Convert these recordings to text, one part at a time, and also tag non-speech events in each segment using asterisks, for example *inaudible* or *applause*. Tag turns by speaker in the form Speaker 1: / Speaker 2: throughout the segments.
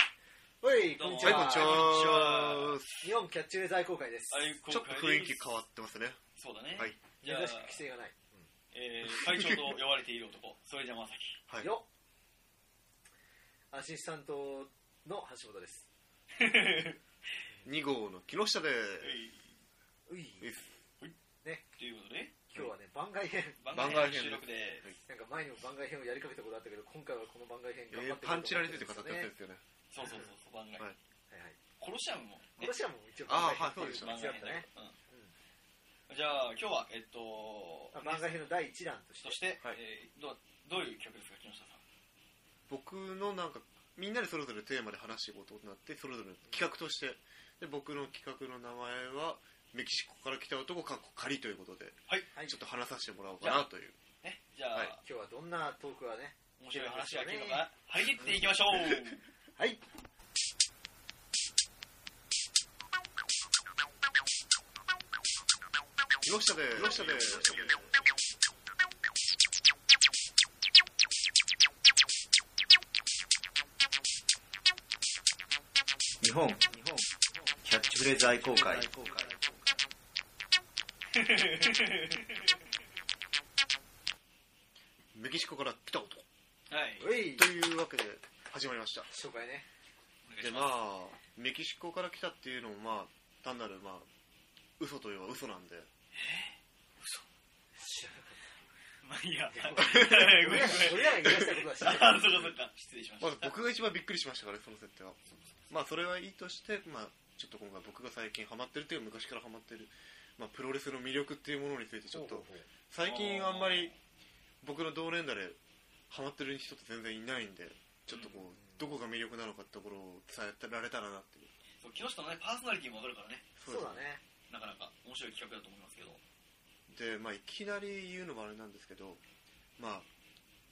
Speaker 1: い、こんにちは。
Speaker 2: はい、こんにちは。
Speaker 1: 日本キャッチフレーズ愛好会です。
Speaker 2: ちょっと雰囲気変わってますね。
Speaker 3: そうだね。
Speaker 2: はい。
Speaker 3: じゃあ
Speaker 1: 珍しく、規制がない。
Speaker 3: えー、会長と呼ばれている男、それじゃまさき。
Speaker 2: はい。
Speaker 1: よっアシスタントの橋本です。
Speaker 2: 2号の木下で
Speaker 1: うい、
Speaker 2: す。
Speaker 3: ということで、
Speaker 1: 今日はね、番外編。
Speaker 3: 番
Speaker 2: 外編
Speaker 3: 収録で
Speaker 2: はい
Speaker 1: なんか前にも番外編をやりかけたことあったけど、今回はこの番外編
Speaker 2: え
Speaker 1: 頑張
Speaker 2: ー
Speaker 1: って
Speaker 2: パンチラについて語ってやってる
Speaker 1: ね。
Speaker 2: んです
Speaker 3: そう
Speaker 2: よね。
Speaker 3: そうそうそう、番外、
Speaker 2: はい
Speaker 1: はいはい。
Speaker 3: 殺しちゃうもん。ね、
Speaker 1: 私はもう一応
Speaker 2: あ
Speaker 1: 番
Speaker 2: ーは
Speaker 1: 外
Speaker 2: い
Speaker 1: 編
Speaker 2: そう
Speaker 1: 番
Speaker 3: 番
Speaker 1: 外
Speaker 3: 外
Speaker 1: 編だ
Speaker 3: 編だ
Speaker 1: ね。
Speaker 3: けど、うん。じゃあ、今日は、えっと、
Speaker 1: あ番外編の第一弾として
Speaker 3: そ。して、
Speaker 2: はい
Speaker 3: えーどう、どういう曲ですか、木下さん。
Speaker 2: 僕のなんか、みんなでそれぞれテーマで話していこうとなって、それぞれ企画として、で僕の企画の名前は、メキシコから来た男、かっこ仮ということで、
Speaker 1: はい。
Speaker 2: ち
Speaker 1: 今
Speaker 2: ょっと話させてもらおうかなという。
Speaker 3: ね、じゃあ、
Speaker 2: はい
Speaker 1: 日はどんなトークがね。
Speaker 3: 面白い話が聞けるのか、張り切っていきましょう。
Speaker 1: はい。
Speaker 2: 木下で木下で
Speaker 4: 日本キャッチフレーズ愛好会
Speaker 2: メキシコから来た男。
Speaker 3: はい。
Speaker 1: うい
Speaker 2: というわけで、始まりました。
Speaker 1: 紹介ね。
Speaker 2: でまあメキシコから来たっていうのもまあ単なるまあ嘘といえば嘘なんで
Speaker 3: まあいいや。ごめ
Speaker 1: 俺
Speaker 3: んごめん
Speaker 1: ら俺らが言い出したことだしね。
Speaker 3: あ、そうかそうか。失礼しました。
Speaker 2: まあ僕が一番びっくりしましたからねその設定はまあそれはいいとしてまあちょっと今回僕が最近ハマってるっていうか昔からハマってるまあプロレスの魅力っていうものについてちょっと最近あんまり僕の同年代でハマってる人って全然いないんでちょっとこうどこが魅力なのかってところを伝えられたらなっていう
Speaker 3: そう木下のね、パーソナリティもわかるからね。
Speaker 1: そうだね。
Speaker 3: なかなか面白い企画だと思いますけど。
Speaker 2: で、まあ、いきなり言うのもあれなんですけど、まあ、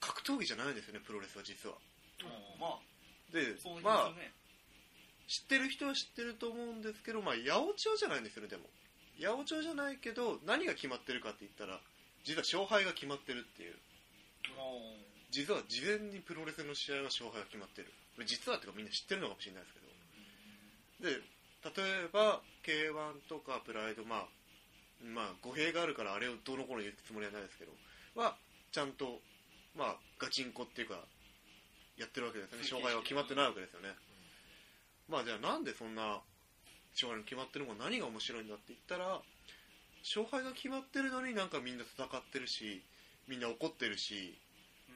Speaker 2: 格闘技じゃないんですよね、プロレスは実は。
Speaker 3: うんまあ、
Speaker 2: で
Speaker 3: そうな、気が
Speaker 2: ますあ
Speaker 3: る、ね。
Speaker 2: 知ってる人は知ってると思うんですけど、まあ、八百長じゃないんですよね、でも。八百長じゃないけど、何が決まってるかって言ったら、実は勝敗が決まってるっていう。
Speaker 3: うん
Speaker 2: 実は事前にプロレスの試合は勝敗が決まってる。実はっていうかみんな知ってるのかもしれないですけど。で例えば k 1とかプライド、まあ、まあ語弊があるからあれをどの頃言うつもりはないですけどはちゃんと、まあ、ガチンコっていうかやってるわけです
Speaker 3: そう
Speaker 2: よね勝敗は決まってないわけですよね、まあじゃあなんでそんな勝敗の決まってるのが何が面白いんだって言ったら勝敗が決まってるのになんかみんな戦ってるしみんな怒ってるし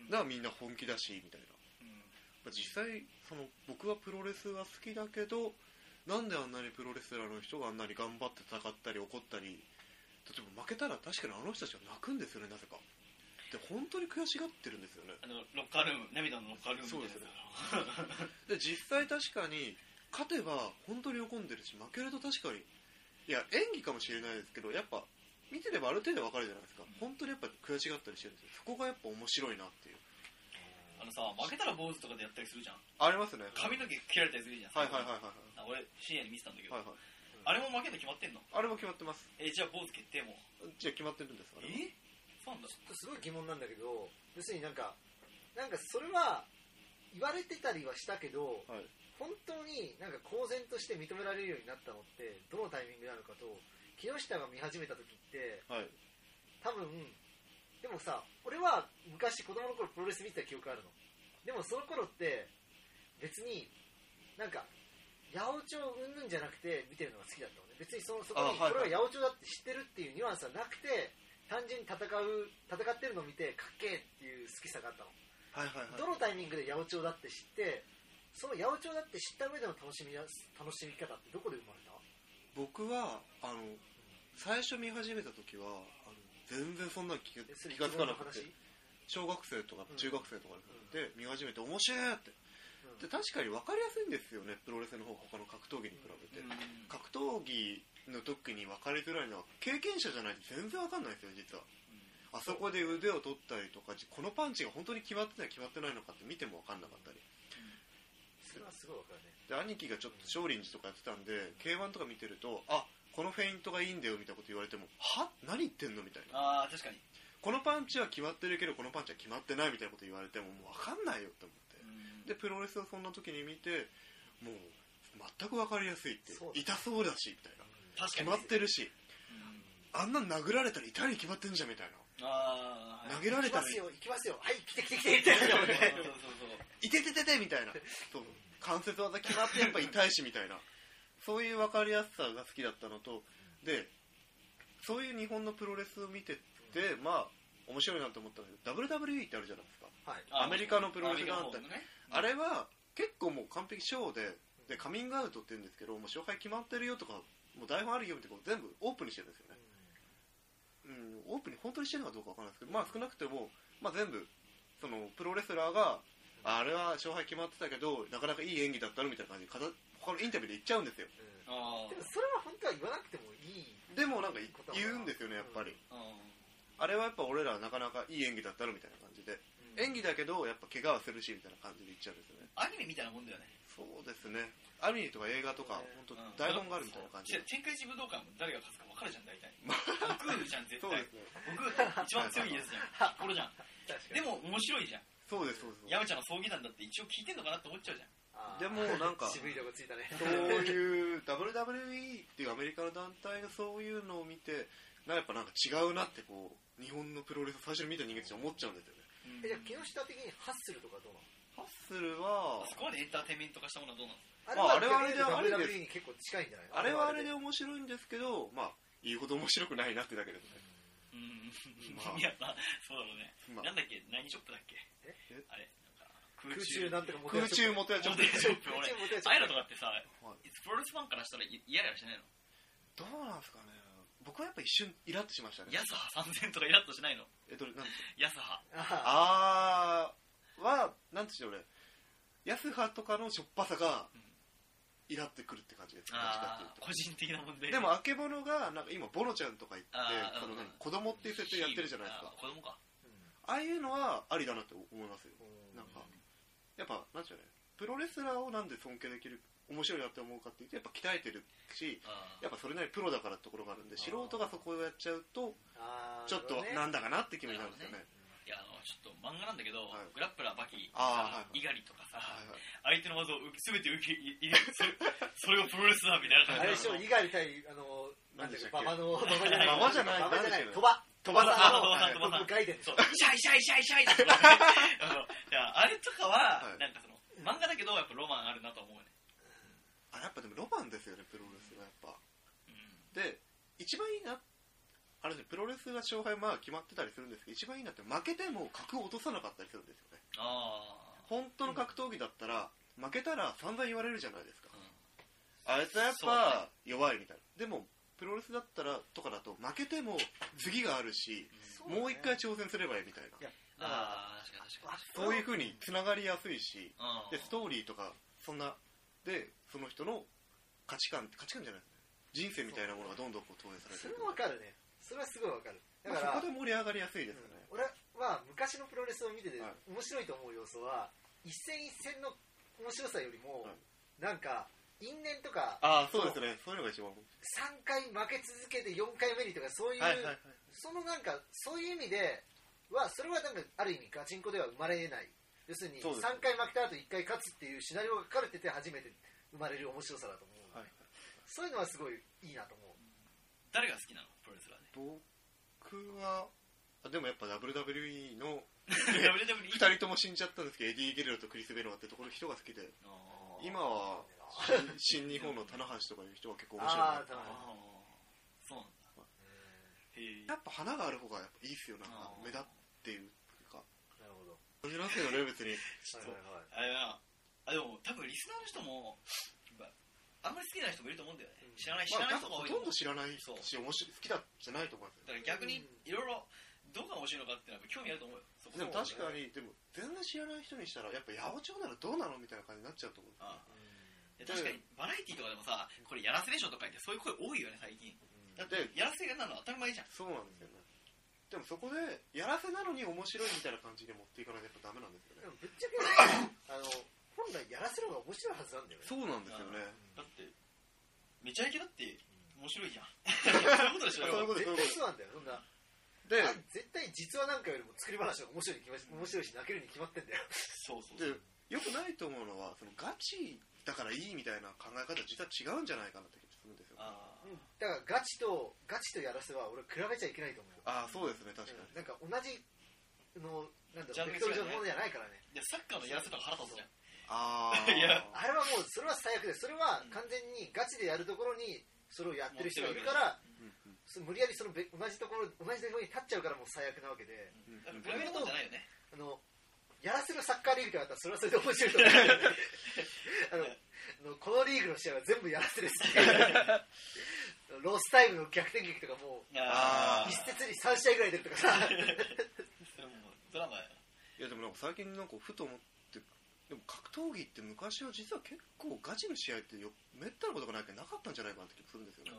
Speaker 3: うん
Speaker 2: なみんな本気だしみたいな
Speaker 3: うん
Speaker 2: まあ実際その僕はプロレスが好きだけどなんであんなにプロレスラーの人があんなに頑張って戦ったり怒ったり例えば負けたら確かにあの人たちは泣くんですよねなぜかで本当に悔しがってるんですよね
Speaker 3: あの、ロッカールーム、涙のロッカールームみたいなやつだ
Speaker 2: で実際確かに勝てば本当に喜んでるし負けると確かにいや演技かもしれないですけどやっぱ見てればある程度わかるじゃないですか本当にやっぱ悔しがったりしてるんですよそこがやっぱ面白いなっていう
Speaker 3: あのさ、負けたら坊主とかでやったりするじゃん。
Speaker 2: ありますね
Speaker 3: 髪の毛切られたりするじゃん。
Speaker 2: はいはいはいは
Speaker 3: あ
Speaker 2: い
Speaker 3: 俺、深夜に見てたんだけど。
Speaker 2: はいはい
Speaker 3: あれも負けた決まってんの
Speaker 2: あれも決まってます
Speaker 3: え、じゃあ坊主決定も。
Speaker 2: じゃあ決まってるんですか
Speaker 3: えそうなんだ。
Speaker 1: すごい疑問なんだけど要するになんかなんかそれは言われてたりはしたけど、
Speaker 2: はい
Speaker 1: 本当になんか公然として認められるようになったのってどのタイミングなのかと木下が見始めた時って
Speaker 2: はい
Speaker 1: 多分でもさ俺は昔子供の頃プロレス見てた記憶あるのでもその頃って別になんか八百長うんぬんじゃなくて見てるのが好きだったのね別にそのそこに
Speaker 2: あはいは
Speaker 1: これが
Speaker 2: い
Speaker 1: 八百長だって知ってるっていうニュアンスはなくて単純に戦う戦ってるのを見てかっけえっていう好きさがあったの
Speaker 2: はいはいはい
Speaker 1: どのタイミングで八百長だって知ってその八百長だって知った上での楽しみや楽しみ方ってどこで生まれた
Speaker 2: 僕はあの最初見始めた時はあの全然そんなの気が
Speaker 1: 要する
Speaker 2: 気
Speaker 1: に
Speaker 2: がつかなく
Speaker 1: 昨
Speaker 2: て
Speaker 1: 日の話
Speaker 2: 小学生とか
Speaker 1: うん
Speaker 2: 中学生とかで見始めて面白いって
Speaker 1: うん
Speaker 2: で確かに分かりやすいんですよねプロレスの方が他の格闘技に比べて
Speaker 3: うん
Speaker 2: 格闘技の時に分かりづらいのは経験者じゃないと全然分かんないんですよ実はあそこで腕を取ったりとかこのパンチが本当に決まってない決まってないのかって見ても分かんなかったり
Speaker 1: それはすごいわかるね
Speaker 2: で兄貴がちょっと少林寺とかやってたんで k 1とか見てるとあこのフェイントがいいんだよみたいなこと言われてもは何言ってんのみたい
Speaker 3: あ
Speaker 2: な
Speaker 3: あ、確かに。
Speaker 2: このパンチは決まってるけどこのパンチは決まってないみたいなこと言われてももう分かんないよって思ってでプロレスをそんな時に見てもう全く分かりやすいって
Speaker 1: そうだね
Speaker 2: 痛そうだしみたいな
Speaker 3: 確かに
Speaker 2: 決まってる
Speaker 3: う
Speaker 2: し
Speaker 3: ん
Speaker 2: あんなん殴られたら痛いに決まってんじゃんみたい
Speaker 3: ああ
Speaker 2: な投げ
Speaker 1: 行
Speaker 2: ら
Speaker 1: き
Speaker 2: れた
Speaker 1: ま
Speaker 2: ら
Speaker 1: す
Speaker 2: 痛
Speaker 1: よ行きますよはい来て来て来てみたいな
Speaker 3: そ
Speaker 1: ね
Speaker 3: うそうそうそう
Speaker 2: いててててみたいなそう関節技決まってやっぱ痛いしみたいなそういう分かりやすさが好きだったのとでそういう日本のプロレスを見ててまあ面白いなと思ったんだけど WWE ってあるじゃないですか
Speaker 1: *laughs* はい
Speaker 3: あー
Speaker 2: アメリカのプロレスがあった
Speaker 3: アメリカの方のね
Speaker 2: あれは結構もう完璧ショーででカミングアウトって言うんですけどもう勝敗決まってるよとかもう台本あるよみたいなこと全部オープンにしてるんですよね、うん、オープンに本当にしてるのかどうかわからないですけど、まあ、少なくても、まあ、全部そのプロレスラーがああれは勝敗決まってたけどなかなかいい演技だったのみたいな感じでかた他のインタビューで言っちゃうんですよ
Speaker 1: うん
Speaker 3: あ
Speaker 1: でもそれは本当は言わなくてもいい
Speaker 2: でもなんかい言うんですよねやっぱり、
Speaker 3: あ
Speaker 2: あれはやっぱ俺らなかなかいい演技だったのみたいな感じで演
Speaker 1: 技
Speaker 2: 技だけどやっぱ怪我はするしみたいな感じで言っちゃうんですよね
Speaker 3: アニメみたいなもんだよね
Speaker 2: そうですねアニメとか映画とか
Speaker 1: うん
Speaker 2: 本
Speaker 3: うん
Speaker 2: 当台本があるみたいな感じ
Speaker 3: そ
Speaker 2: で
Speaker 3: う天界一武道館も誰が勝つか分かるじゃん大
Speaker 2: *laughs*
Speaker 3: 体悟空じゃん絶
Speaker 2: そ
Speaker 3: 対
Speaker 2: うですね
Speaker 3: 悟空一番強いやつじゃ
Speaker 2: *laughs*
Speaker 3: んこれじゃんでも面白いじゃん
Speaker 2: そうですそうです
Speaker 3: 山ちゃんの葬儀団だって一応聞いてんのかなって思っちゃうじゃん
Speaker 2: でもなんか
Speaker 1: *laughs* 渋いとこついた
Speaker 2: *laughs*
Speaker 1: ね
Speaker 2: そういう WWE っていうアメリカの団体がそういうのを見てなやっぱなんか違うなってこう日本のプロレスを最初に見た人間たちは思っちゃうんですよね
Speaker 1: えじゃあ木下的にハッスルとかどうなの
Speaker 2: ハッスル
Speaker 3: あ
Speaker 2: は
Speaker 3: そこまでエンターテインメント化したものはどうなの
Speaker 2: まああれはあれで
Speaker 1: 逆に言うと WWE に結
Speaker 2: あれ
Speaker 1: 構近いんじゃない
Speaker 2: あれはあれで
Speaker 1: うん
Speaker 2: 面白いんですけどまあ言うほど面白くないなってだけですね、
Speaker 3: うん、
Speaker 2: まあ
Speaker 3: いやまあそうだろうね、
Speaker 2: ま
Speaker 3: なん、
Speaker 2: あ
Speaker 3: だっけ何ショップだっけ
Speaker 1: え
Speaker 3: あれなんか空
Speaker 1: 空中なんとかモテ
Speaker 2: 空中元やちょっ
Speaker 3: モ
Speaker 2: と
Speaker 3: テショップ
Speaker 1: 空
Speaker 3: 俺
Speaker 1: 中モテショップ
Speaker 3: ああいうのとかってさ
Speaker 2: はい
Speaker 3: プロレスファンからしたらい嫌やらしないの
Speaker 2: どうなんですかね僕はやっぱ一瞬イラッとしましたね
Speaker 3: ヤスハ3000とかイラッとしないの
Speaker 2: えっとなんで
Speaker 3: ヤ
Speaker 2: すか
Speaker 3: スハ
Speaker 1: あ
Speaker 2: あーはなんて言うの俺安葉とかのしょっぱさが
Speaker 3: うん
Speaker 2: イラってくるって感じですどっちかっていう
Speaker 3: あ
Speaker 2: と
Speaker 3: ー個人的な問題
Speaker 2: でも、あけぼのが、なんか今、ボノちゃんとか言って
Speaker 3: あ、ー
Speaker 2: そ
Speaker 3: う
Speaker 2: の
Speaker 3: ん
Speaker 2: 何子供っていう設定やってるじゃないですか
Speaker 3: あ。ー子供か
Speaker 2: ああいうのはありだなって思いますよ。
Speaker 1: うん
Speaker 2: なんか、やっぱ、なんちゅうのね、プロレスラーをなんで尊敬できる、面白いなって思うかっていうと、やっぱ鍛えてるし、
Speaker 3: あー
Speaker 2: やっぱそれなりにプロだからってところがあるん
Speaker 1: あー
Speaker 2: で、素人がそこをやっちゃうと、
Speaker 1: あー
Speaker 2: ちょっと
Speaker 1: なるほどね
Speaker 2: なんだかなって気分になるんですよね。
Speaker 3: いやあのちょっと漫画なんだけど、
Speaker 2: はい
Speaker 3: グラップラーバキ
Speaker 2: あーはいは
Speaker 3: 猪
Speaker 2: い
Speaker 3: 狩とかさ、
Speaker 2: はいはい
Speaker 3: 相手の技を受け全て *laughs* 受け入れそれそれをプロレスだみたいな
Speaker 1: あれで
Speaker 3: 感じ
Speaker 1: しょ、猪狩対、あの、なんていうか、馬場の、馬場じゃない、
Speaker 2: 馬場じゃない
Speaker 1: 馬場じゃない、
Speaker 2: なんで
Speaker 1: 鳥
Speaker 2: しょうね
Speaker 1: 羽。
Speaker 2: 鳥羽さん
Speaker 1: 鳥羽
Speaker 3: 鳥羽さん
Speaker 1: さんのガイデン
Speaker 3: そうシャイシャイシャイシャイ
Speaker 2: *laughs*
Speaker 3: ってあのいやあれとかは、
Speaker 2: はい
Speaker 3: なんかその漫画だけどやっぱロマンあるなと思うね、
Speaker 2: あやっぱでもロマンですよね、プロレスがやっぱ。
Speaker 3: うん
Speaker 2: で、一番いいな、あれね、プロレスが勝敗まあ決まってたりするんですけど、一番いいなって負けても格を落とさなかったりするんですよね。
Speaker 3: あ
Speaker 2: 本当の格闘技だったら、負けたら散々言われるじゃないですか
Speaker 3: あ、、うん
Speaker 2: あいつはやっ
Speaker 3: そうね
Speaker 2: ぱ弱いみたいなでもプロレスだったらとかだと負けても次があるし、もう一回
Speaker 1: ちょ
Speaker 2: 挑戦すればいいみたいな
Speaker 1: や、だか
Speaker 3: ああ確
Speaker 1: ら
Speaker 3: かに確かに、
Speaker 2: そういうふうにつながりやすいし
Speaker 3: うん、
Speaker 2: でストーリーとかそんなでその人の価値観価値観じゃない人生みたいなものがどんどんこう投影されて
Speaker 1: そ
Speaker 2: い
Speaker 1: れ
Speaker 2: く
Speaker 1: もわかるね。それはすごいわかる。だか
Speaker 2: まあ
Speaker 1: ら
Speaker 2: そ、こで盛り上がりやすいですよね、
Speaker 1: 俺は昔のプロレスを見てて
Speaker 2: はい
Speaker 1: 面白いと思う要素は、一戦一戦の面白さよりも
Speaker 2: はい、
Speaker 1: なんか、因縁とか、
Speaker 2: ああそうですねそういうのが一番
Speaker 1: 3回負け続けて4回目にとか、そういう、
Speaker 2: はいはいはい
Speaker 1: そのなんかそういう意味ではそれはなんかある意味ガチンコでは生まれない要するに
Speaker 2: そうです
Speaker 1: 3回負けた後1回勝つっていうシナリオが書かれてて初めて生まれる面白さだと思う、
Speaker 2: はい
Speaker 1: そういうのはすごいいいなと思う
Speaker 3: 誰が好きなのプロレスラーで
Speaker 2: 僕はあでもやっぱ WWE の
Speaker 3: *laughs* WWE
Speaker 2: 二人とも死んじゃったんですけどエディ・ゲレロとクリス・ベロアってところ人が好きで
Speaker 3: あー
Speaker 2: 今は新新日本の棚橋とかいう人は結構面白いな
Speaker 1: ああー
Speaker 3: あ
Speaker 1: たま
Speaker 3: ーそうなんだへえ
Speaker 2: やっぱ花がある方がやっぱいいっすよなんか
Speaker 3: あー
Speaker 2: 目立っていうか
Speaker 1: になるほどは
Speaker 2: 感じなんですけどね別
Speaker 1: い
Speaker 2: に
Speaker 1: はいはい
Speaker 3: あれだなあでも多分リスナーの人もやっぱあんまり好きな人もいると思うんだよね
Speaker 1: うん
Speaker 3: 知らない知
Speaker 2: ま
Speaker 3: らな
Speaker 2: あな
Speaker 3: 人が
Speaker 2: いんかほ
Speaker 3: 多い
Speaker 2: とん
Speaker 3: 思
Speaker 2: ど
Speaker 3: う
Speaker 2: 知らないし
Speaker 3: そう
Speaker 2: 面白い好きだじゃないと思うん
Speaker 3: だ
Speaker 2: ですよ
Speaker 3: から逆にいろいろどこが面白いのかっていうのはやっぱ興味あると思うよそこ
Speaker 2: でも確かにでも全然知らない人にしたらやっぱ八百長ならどうなのみたいな感じになっちゃうと思う
Speaker 3: あーいや確かにバラエティーとかでもさこれやらせでしょとか言ってそういう声多いよね最近
Speaker 1: うん
Speaker 3: だってやらせなの当たり前じゃん
Speaker 2: そうなんですよねでもそこでやらせなのに面白いみたいな感じに持っていかないとやっぱダメなんですよ
Speaker 1: で
Speaker 2: ね
Speaker 1: もぶっちゃけあの本来やらせる方が面白いはずなんだよね
Speaker 2: そうなんですよね
Speaker 3: だってめちゃイケだって面白い
Speaker 2: *laughs*
Speaker 3: じゃんそういうことでしょよ
Speaker 2: そういうことで
Speaker 1: 絶対
Speaker 2: す
Speaker 1: そうなんだよそんな
Speaker 2: で
Speaker 1: あ絶対実話なんかよりも作り話の方が面白いに決ま面白いし泣けるに決まってんだよ
Speaker 3: そうそうそう
Speaker 2: でよくないと思うのはそのガチだからいいみたいな考え方実は違うんじゃないかなって気がするんですよあ
Speaker 3: あ
Speaker 1: うんだからガチとガチとやらせは俺比べちゃいけないと思うよ
Speaker 2: あそうですね確かに、
Speaker 1: うんなんか同じのなんだ
Speaker 3: ジャ
Speaker 1: ろ
Speaker 3: ン
Speaker 1: う
Speaker 3: ル
Speaker 1: ベクトル上のものじゃないからね
Speaker 3: ーいやサッカーのやらせとか腹立つじゃん
Speaker 2: ああ
Speaker 3: いや
Speaker 1: あれはもうそれは最悪ですそれは完全にガチでやるところにそれをやってる人がいるからそ無理やりそのべ同じところ同じ土俵に立っちゃうからもう最悪なわけで
Speaker 2: うん
Speaker 3: だから比べるもんじゃないよね
Speaker 1: あのやらせるサッカーリーグとかだったらそれはそれで面白いと思 *laughs* うあのあのこのリーグの試合は全部やらせですっていうロスタイムの逆転劇とかもう
Speaker 2: あー
Speaker 1: 一節に3試合ぐらい出るとかさ
Speaker 3: それもドラマや
Speaker 2: いやでもなんか最近なんかふと思ってでも格闘技って昔は実は結構ガチの試合ってよめったなことがないけどなかったんじゃないかなって気がするんですよね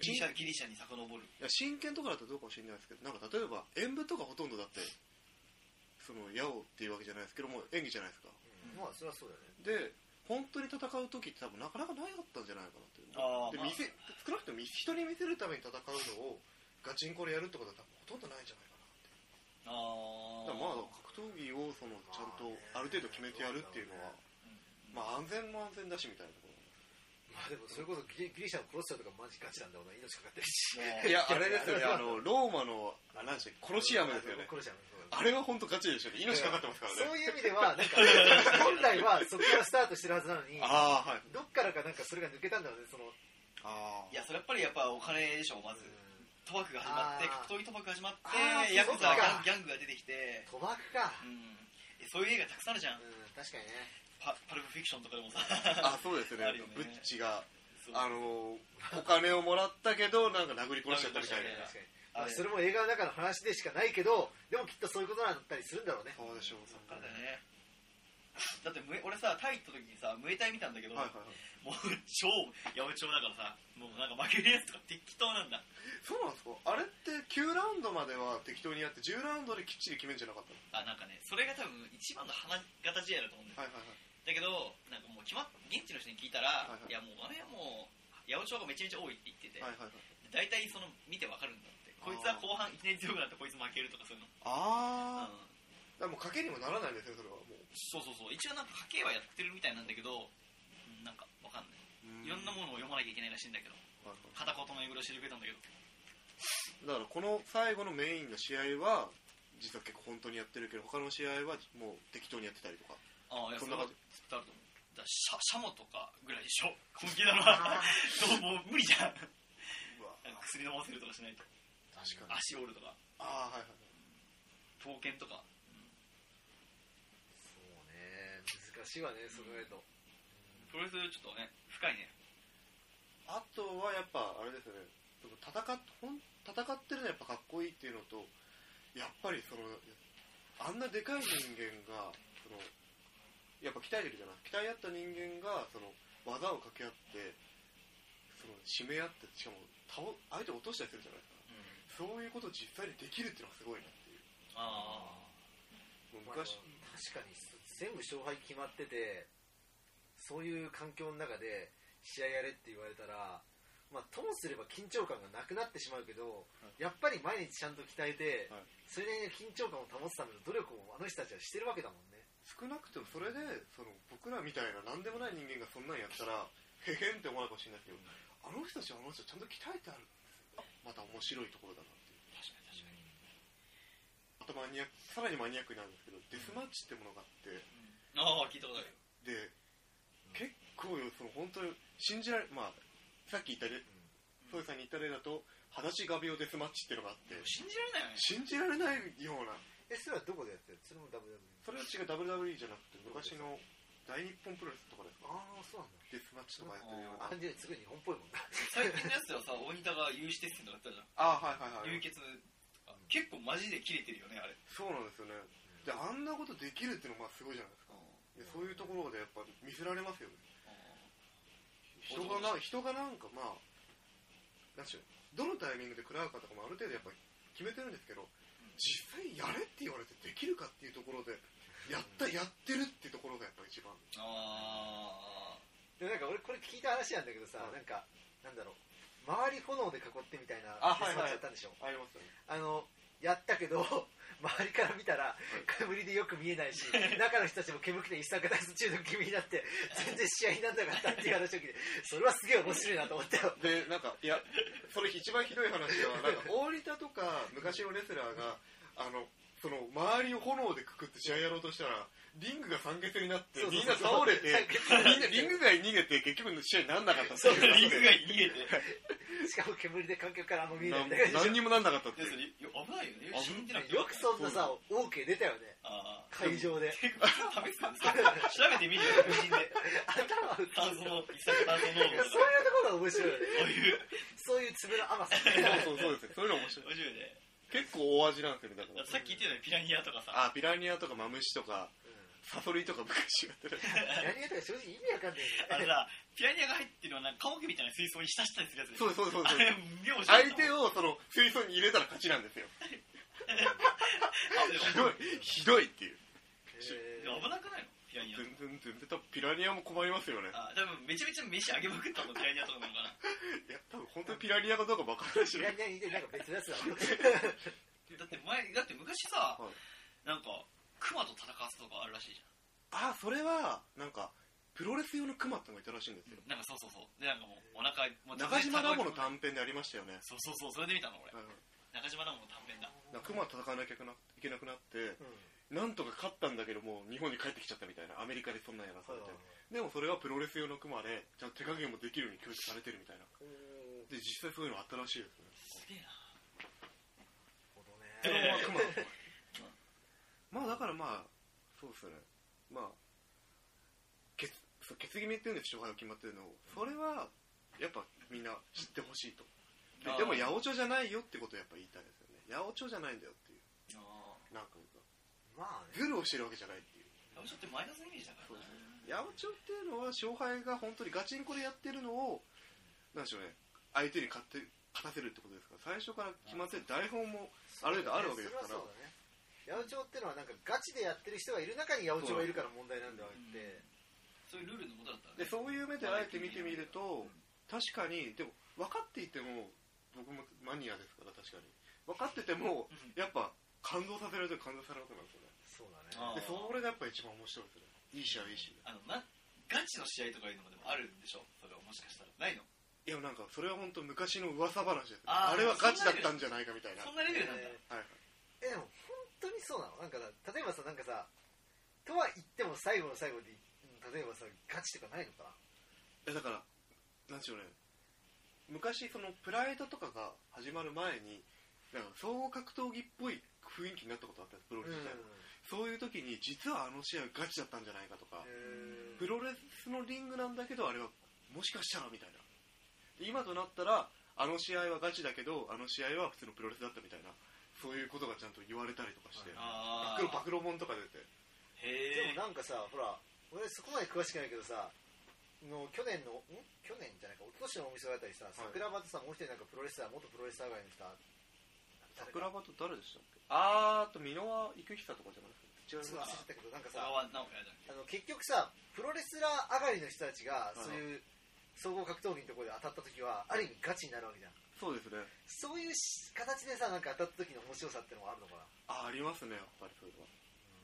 Speaker 3: ギリシャギリシャに遡る
Speaker 2: いや真剣とかだったらどうかもしれないですけどなんか例えば演舞とかほとんどだってその矢をっていうわけじゃないですけども演技じゃないですか
Speaker 1: まあそれはそうだよね
Speaker 2: で本当に戦う時って多分なかなかなかったんじゃないかなっていう
Speaker 3: あー
Speaker 2: で
Speaker 3: まあ
Speaker 2: 見せ少なくとも人に見せるために戦うのをガチンコでやるってことは多分ほとんどないんじゃないか
Speaker 3: あ
Speaker 2: なってだからまあ格闘技をそのちゃんとある程度決めてやるっていうのは、まあ、安全も安全だしみたいなところ
Speaker 1: まあでもそれこそギリギリシャのクロスターとかマジガチなんだよな命かかってるし
Speaker 2: いやあれですよねあのローマのあなんでしたっけコロシアムですよね
Speaker 1: コロシアムそう
Speaker 2: あれは本当ガチでしょうね命かかってますから
Speaker 1: そ
Speaker 2: ね
Speaker 1: ういう意味ではなんか本来はそこからスタートしてるはずなのに
Speaker 2: *laughs* ああはい
Speaker 1: どっからかなんかそれが抜けたんだろうねその
Speaker 2: ああ
Speaker 3: いやそれやっぱりやっぱお金でしょまず賭博が始まって
Speaker 1: あー
Speaker 3: 格闘技賭博が始まっ
Speaker 1: あ
Speaker 3: て
Speaker 1: ー
Speaker 3: ヤク
Speaker 1: そ
Speaker 3: ザ
Speaker 1: うか
Speaker 3: ギャンギャングが出てきて
Speaker 1: 賭博か
Speaker 3: うんえそういう映画たくさんあるじゃ
Speaker 1: うん
Speaker 3: ん
Speaker 1: 確かにね
Speaker 3: パパルプフィクションとかでもさ
Speaker 2: あそうですよね
Speaker 3: あるよね
Speaker 2: ブッチが
Speaker 3: そう
Speaker 2: あのお金をもらったけどなんか殴り殺しちゃったみたいな
Speaker 3: 殴り殺しち
Speaker 1: 確か
Speaker 3: ゃった
Speaker 1: に
Speaker 3: あ
Speaker 1: まあ
Speaker 3: れ
Speaker 1: それも映画の中の話でしかないけどでもきっとそういうことなんだったりするんだろうね
Speaker 2: そうでしょう
Speaker 3: そっからだよねだってむえ俺さタイ行った時にさムエタイ見たんだけど、
Speaker 2: はいはいはい
Speaker 3: もう超八百長だからさもうなんか負けるやつとか適当なんだ
Speaker 2: そうなんですかあれって9ラウンドまでは適当にやって10ラウンドできっちり決めるんじゃなかった
Speaker 3: あ
Speaker 2: の
Speaker 3: なんかねそれが多分一番の花形試合だと思うんだよ
Speaker 2: はいはいは
Speaker 3: だけ
Speaker 2: い
Speaker 3: どなんかもう決まっ現地の人に聞いたら、
Speaker 2: はいはい
Speaker 3: いやもうあれはもう八百長がめちゃめちゃ多いって言ってて、
Speaker 2: はいはいはい
Speaker 3: 大体その見てわかるんだってこいつは後半いきなり強くなってこいつ負けるとかそういうの、う
Speaker 2: ああ
Speaker 3: ん、
Speaker 2: だからもう賭けにもならないですねそれはもう
Speaker 3: そうそうそう一応なんか家計はやってるみたいなんだけどうんなんかわかんないいろんなものを読まなきゃいけないらしいんだけど
Speaker 2: はいはい
Speaker 3: 片言の英語で教えてくれたんだけど
Speaker 2: だからこの最後のメインの試合は実は結構本当にやってるけど他の試合はもう適当にやってたりとか
Speaker 3: ああいや
Speaker 2: そ
Speaker 3: そ
Speaker 2: ん
Speaker 3: ん
Speaker 2: な
Speaker 3: な
Speaker 2: 感
Speaker 3: ことずっとあ
Speaker 2: じ
Speaker 3: ると思うだからシャシャモとかぐらいで
Speaker 2: *laughs*
Speaker 3: しょ本気だな *laughs* そうもう無理じゃんなんか薬飲ませるとかしないと
Speaker 2: 確かに
Speaker 3: 足折るとか
Speaker 2: ああはいはい
Speaker 3: 刀剣とか
Speaker 1: そうね難しいわねそう考えると
Speaker 3: プロレスちょっとね深いね
Speaker 2: あとはやっぱあれですよねでも戦っほん戦ってるのはやっぱかっこいいっていうのとやっぱりそのあんなでかい人間がそのやっぱ鍛えてるじゃない鍛え合った人間がその技を掛け合ってその締め合ってしかも倒相手を落としたりするじゃないですかそういうことを実際にできるっていうのがすごいなっていう
Speaker 3: あ
Speaker 2: もう
Speaker 1: まあ
Speaker 2: 昔、
Speaker 1: 確かに全部勝敗決まっててそういう環境の中で試合やれって言われたら、まあ、ともすれば緊張感がなくなってしまうけど、
Speaker 2: はい
Speaker 1: やっぱり毎日ちゃんと鍛えて、
Speaker 2: はい
Speaker 1: それなりの緊張感を保つための努力をあの人たちはしてるわけだもんね
Speaker 2: 少なくともそれでその僕らみたいな何でもない人間がそんなんやったらへへんって思わないかもしれないですけどあの人たちはあの人ちゃんと鍛えてあるんですよあまた面白いところだなっていう
Speaker 3: 確かに確かに、
Speaker 2: あとマニアックさらにマニアックになるんですけどデスマッチってものがあって
Speaker 3: ああ聞いたことあるよ
Speaker 2: で結構よその本当に信じられまあさっき言った例ソイさんに言った例だと裸足ガビオデスマッチっていうのがあって
Speaker 3: でも信じられないよね
Speaker 2: 信じられないような
Speaker 1: えそれはどこでやってるそれも WWE
Speaker 2: それは違う WWE じゃなくて昔の大日本プロレスとかですか
Speaker 1: ああそうなんだ
Speaker 2: デスマッチとかやってるような
Speaker 1: あですごい日本っぽいもんな
Speaker 3: 最近のやつではさ大仁田が有刺鉄線とかやったじゃん
Speaker 2: あはいはいはい
Speaker 3: 流血とか結構マジで切れてるよねあれ
Speaker 2: そうなんですよねであんなことできるっていうのはまあすごいじゃないですかでそういうところでやっぱ見せられますよね人がな人がなんかまあなんでしょうどのタイミングで食らうかとかもある程度やっぱ決めてるんですけど実際やれって言われてできるかっていうところでやったやってるっていうところがやっぱ一番
Speaker 3: ああ
Speaker 1: でもなんか俺これ聞いた話なんだけどさ、
Speaker 2: は
Speaker 1: な
Speaker 2: い
Speaker 1: んかなんだろう周り炎で囲ってみたいな
Speaker 2: あ
Speaker 1: デスマッチやっ
Speaker 2: はいはい
Speaker 1: たんでしょ
Speaker 2: ありますよね
Speaker 1: あのやったけど *laughs* 周りから見たら煙でよく見えないし中の人たちも煙くて一酸化炭素中毒気味になって全然試合にならなかったっていう話を聞いてそれはすげえ面白いなと思ったよ
Speaker 2: でなんかいやそれ一番ひどい話はなんか大仁田とか昔のレスラーがあのその周りを炎でくくって試合やろうとしたらリングが酸欠になって
Speaker 1: そう
Speaker 2: み
Speaker 1: そう
Speaker 2: んな
Speaker 1: そう
Speaker 2: 倒れて
Speaker 1: 酸欠
Speaker 2: みんなリング外に逃げて結局試合になんなかったっていう
Speaker 3: リング外に逃げて
Speaker 1: しかも煙で観客からあんま見えないみたい
Speaker 2: な
Speaker 1: な感
Speaker 2: 何にもなんなかったって
Speaker 3: で
Speaker 2: い
Speaker 3: そ
Speaker 2: う
Speaker 3: れよ危ないよね
Speaker 2: 危
Speaker 3: 死んでなく
Speaker 1: じよくそんなさ OK 出たよね
Speaker 3: ああ
Speaker 1: 会場で
Speaker 3: 結構食べてたんですよ調べてみるよ無人で
Speaker 1: 頭打
Speaker 3: 炭
Speaker 1: つ
Speaker 3: 素の一酸化炭素
Speaker 1: そういうところが面
Speaker 3: 濃度とか
Speaker 1: 白いよね
Speaker 3: そ
Speaker 1: そう
Speaker 3: ういう
Speaker 1: いう粒の甘さ
Speaker 2: そうそうそうですねそういうの面白い
Speaker 3: 面白いね
Speaker 2: 結構大味なんですよねだから
Speaker 3: さっき言ってたよねピラニアとかさ
Speaker 2: あピラニアとかマムシとかサソリとか昔やってる
Speaker 1: 何やったか正直意味わかんない
Speaker 3: あ
Speaker 1: よね
Speaker 3: れだピラニアが入ってるのはなんか顔毛みたいな水槽に浸したりするやつでし
Speaker 2: そ
Speaker 3: ょ
Speaker 2: うですそうですそうで
Speaker 3: あれ
Speaker 2: す
Speaker 3: 妙じゃん
Speaker 2: 相手をその水槽に入れたら勝ちなんですよひどいひどいっていう
Speaker 1: え
Speaker 3: でも危なくないのピラニア
Speaker 2: 全然全然多分ピラニアも困りますよね *laughs*
Speaker 3: あ多分めちゃめちゃ飯あげまくったのピラニアとかなのかない
Speaker 2: や多分本当にピラニアかどうか分からないし
Speaker 1: ー、何々でなんか別のや *laughs* つだ
Speaker 3: だって前だって昔さ、
Speaker 2: はい
Speaker 3: なんか熊と戦わすとかあるらしいじゃ
Speaker 2: あそれはなんかプロレス用のクマってのがいたらしいんですよ
Speaker 3: んなんかそうそうそうでなんかもうお腹もう
Speaker 2: 中島ラボの
Speaker 3: 全然
Speaker 2: 短編でありましたよね
Speaker 3: そうそうそうそれで見たの俺
Speaker 2: うん
Speaker 3: 中島ラボの短編だ
Speaker 2: なんかクマ戦わなきゃいけないけなくなってなんとか勝ったんだけどもう日本に帰ってきちゃったみたいなアメリカでそんなんやらされてでもそれはプロレス用のクマでちゃんと手加減もできるように教育されてるみたいなで実際そういうのあったらしいですね
Speaker 3: すげえな
Speaker 2: そ
Speaker 3: え
Speaker 2: の
Speaker 3: え
Speaker 2: ままクマの *laughs* まあだからまあそうですねまあ決そう決気味っていうんです勝敗が決まってるのをそれはやっぱみんな知ってほしいとで
Speaker 3: あー
Speaker 2: でも八百長じゃないよってことをやっぱ言いたいですよね八百長じゃないんだよっていう
Speaker 3: あ
Speaker 2: なんか
Speaker 1: まあね
Speaker 2: ズルをしてるわけじゃないっていう
Speaker 3: あちょっとマイナスのイメージだからな
Speaker 2: 八百長っていうのは勝敗が本当にガチンコでやってるのをなんでしょうね相手に勝って勝たせるってことですから最初から決まってる台本もある程度あるわけですか
Speaker 1: それ
Speaker 2: ら
Speaker 1: はそうだね八百長ってのはなんかガチでやってる人がいる中に八百長がいるから問題なんではあって、
Speaker 3: そういうルールのことだったら
Speaker 2: で
Speaker 3: ね
Speaker 2: そういう目であえて見てみると確かにでも分かっていても僕もマニアですから確かに分かっててもやっぱ感動させられて感動されるわけなんで
Speaker 1: そ
Speaker 2: すよね
Speaker 1: うだ
Speaker 3: あ
Speaker 1: ね
Speaker 2: でそれがやっぱ一番面白いですねいい試合いいし
Speaker 3: あのなガチの試合とかいうのもでもあるんでしょそれはもしかしたらないの
Speaker 2: いやなんかそれは本当昔の噂話ですね
Speaker 3: あー
Speaker 2: あれはガチだったんじゃないかみたいな
Speaker 3: そんなレベルなんだ、
Speaker 1: え
Speaker 2: はいはい
Speaker 1: ーえでも本当にそうなのなんかだ例えばさなんかさとは言っても最後の最後でうん例えばさガチとかないのかない
Speaker 2: やだからなんでしょうね昔そのプライドとかが始まる前になんか総合格闘技っぽい雰囲気になったことあったんですプロレス自体、そういう時に実はあの試合ガチだったんじゃないかとか、
Speaker 1: えー
Speaker 2: プロレスのリングなんだけどあれはもしかしたらみたいな今となったらあの試合はガチだけどあの試合は普通のプロレスだったみたいなそういうことがちゃんと言われたりとかして
Speaker 3: あ
Speaker 2: 暴露暴露本とか出て
Speaker 3: へ
Speaker 1: で
Speaker 3: え
Speaker 1: もなんかさほら俺そこまで詳しくないけどさの去年のん去年じゃないか一昨年のお店だったりさ桜庭とさもう一人なんかプロレスラー元プロレスラー街の人誰か
Speaker 2: 庭と誰でしたっけあーあと箕輪幸久とかじゃないで
Speaker 1: そ
Speaker 2: す
Speaker 1: う忘
Speaker 2: か
Speaker 1: れてたけどなんか
Speaker 3: 小
Speaker 1: さ
Speaker 3: 川直哉だっけ
Speaker 1: あの結局さプロレスラー上がりの人たちがそういう総合格闘技のところで当たった時はある意味ガチになるわけじゃん
Speaker 2: そうですね
Speaker 1: そういうし形でさなんか当たった時の面白さってのもあるのかな
Speaker 2: あありますねやっぱりそれは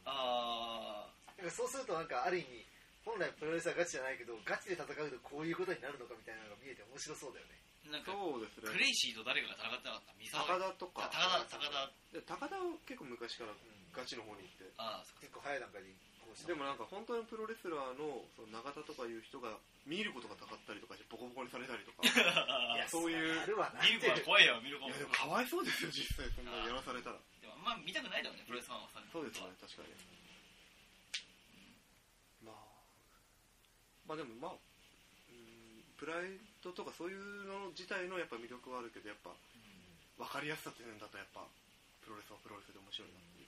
Speaker 3: あ
Speaker 1: なんかそうするとなんかある意味本来プロレスはガチじゃないけどガチで戦うとこういうことになるのかみたいなのが見えて面白そうだよね
Speaker 3: ーなんか
Speaker 2: そうです
Speaker 3: ク
Speaker 2: ね
Speaker 3: レイシーと誰かが戦ってなかった三
Speaker 2: 高
Speaker 3: 沢
Speaker 2: 田とか
Speaker 3: 高田高田
Speaker 2: で高田は結構昔からガチの方に行って
Speaker 3: ああそっか
Speaker 1: 結構早い段階でこうした
Speaker 2: でもなんか本当にプロレスラーのその永田とかいう人が見ることがたかったりとかしてボコボコにされたりとか *laughs* いや
Speaker 1: いや
Speaker 2: そういう
Speaker 1: あるわな
Speaker 3: 見る子は怖いよ見る子も
Speaker 2: でもかわいそうですよ *laughs* 実際そんなやらされたら
Speaker 3: でもあんま見たくないだろうねプロレスファンはさ
Speaker 2: そうですね確かにまあまあでもまあうんプライドとかそういうの自体のやっぱ魅力はあるけどやっぱ分かりやすさっていうんだとやっぱプロレスはプロレスで面白いなっていう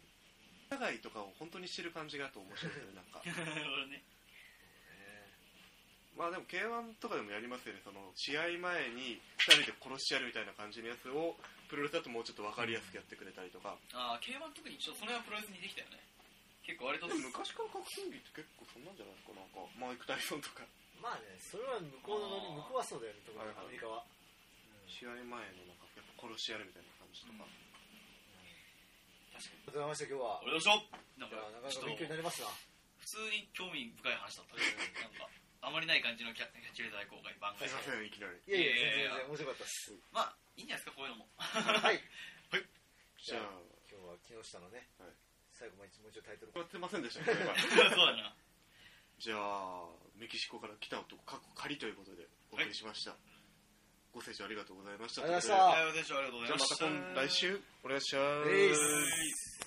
Speaker 2: 社外とかを本当に知る感じがあと面白いですねなんか
Speaker 3: なるほどね
Speaker 2: まあでも K1 とかでもやりますよねその試合前に2人で殺し合うみたいな感じのやつをプロレスだともうちょっと分かりやすくやってくれたりとか
Speaker 3: *laughs* ああ K1 特にちょっとそれはプロレスにできたよね結構割と
Speaker 2: でも昔から格闘技って結構そんなんじゃないですかなんかマイク・タイソンとか
Speaker 1: まあねそれは向こうのノリ
Speaker 3: あー
Speaker 1: 向こうはそうだよね特に
Speaker 2: はいはい
Speaker 1: アメリカは、
Speaker 2: 試合前のなんかやっぱ殺し合うみたいな感じとか、
Speaker 3: うん確かに
Speaker 1: とうございました今日は
Speaker 3: 俺どうしようなん
Speaker 1: いやなか
Speaker 3: か
Speaker 1: な
Speaker 3: ちょっ
Speaker 1: か
Speaker 3: と
Speaker 1: 勉強になりますな
Speaker 3: 普通に興味深い話だったけどなんかあまりない感じのキャキャッチフレーズ愛好が番
Speaker 2: す
Speaker 3: 組
Speaker 2: いませんいきなり
Speaker 1: いやいや
Speaker 3: いやい
Speaker 1: 全然
Speaker 3: やいや
Speaker 1: 全然面白かったです
Speaker 3: まあいいんじゃないですかこういうのも
Speaker 2: *laughs*
Speaker 1: はい
Speaker 2: じゃあ
Speaker 1: 今日は木下のね、
Speaker 2: はい
Speaker 1: 最後もう一もう一度タイトル
Speaker 2: やってませんでしたね今回
Speaker 3: そうだな
Speaker 2: じゃあメキシコから来た男過去仮ということでお送りしました、ご清聴ありがとうございました
Speaker 1: ありがとうございました
Speaker 2: というこ
Speaker 3: はいお願いしますありがとうご
Speaker 2: と
Speaker 3: ざいました
Speaker 2: でじゃあまた今来週お願いします
Speaker 1: えい
Speaker 3: はい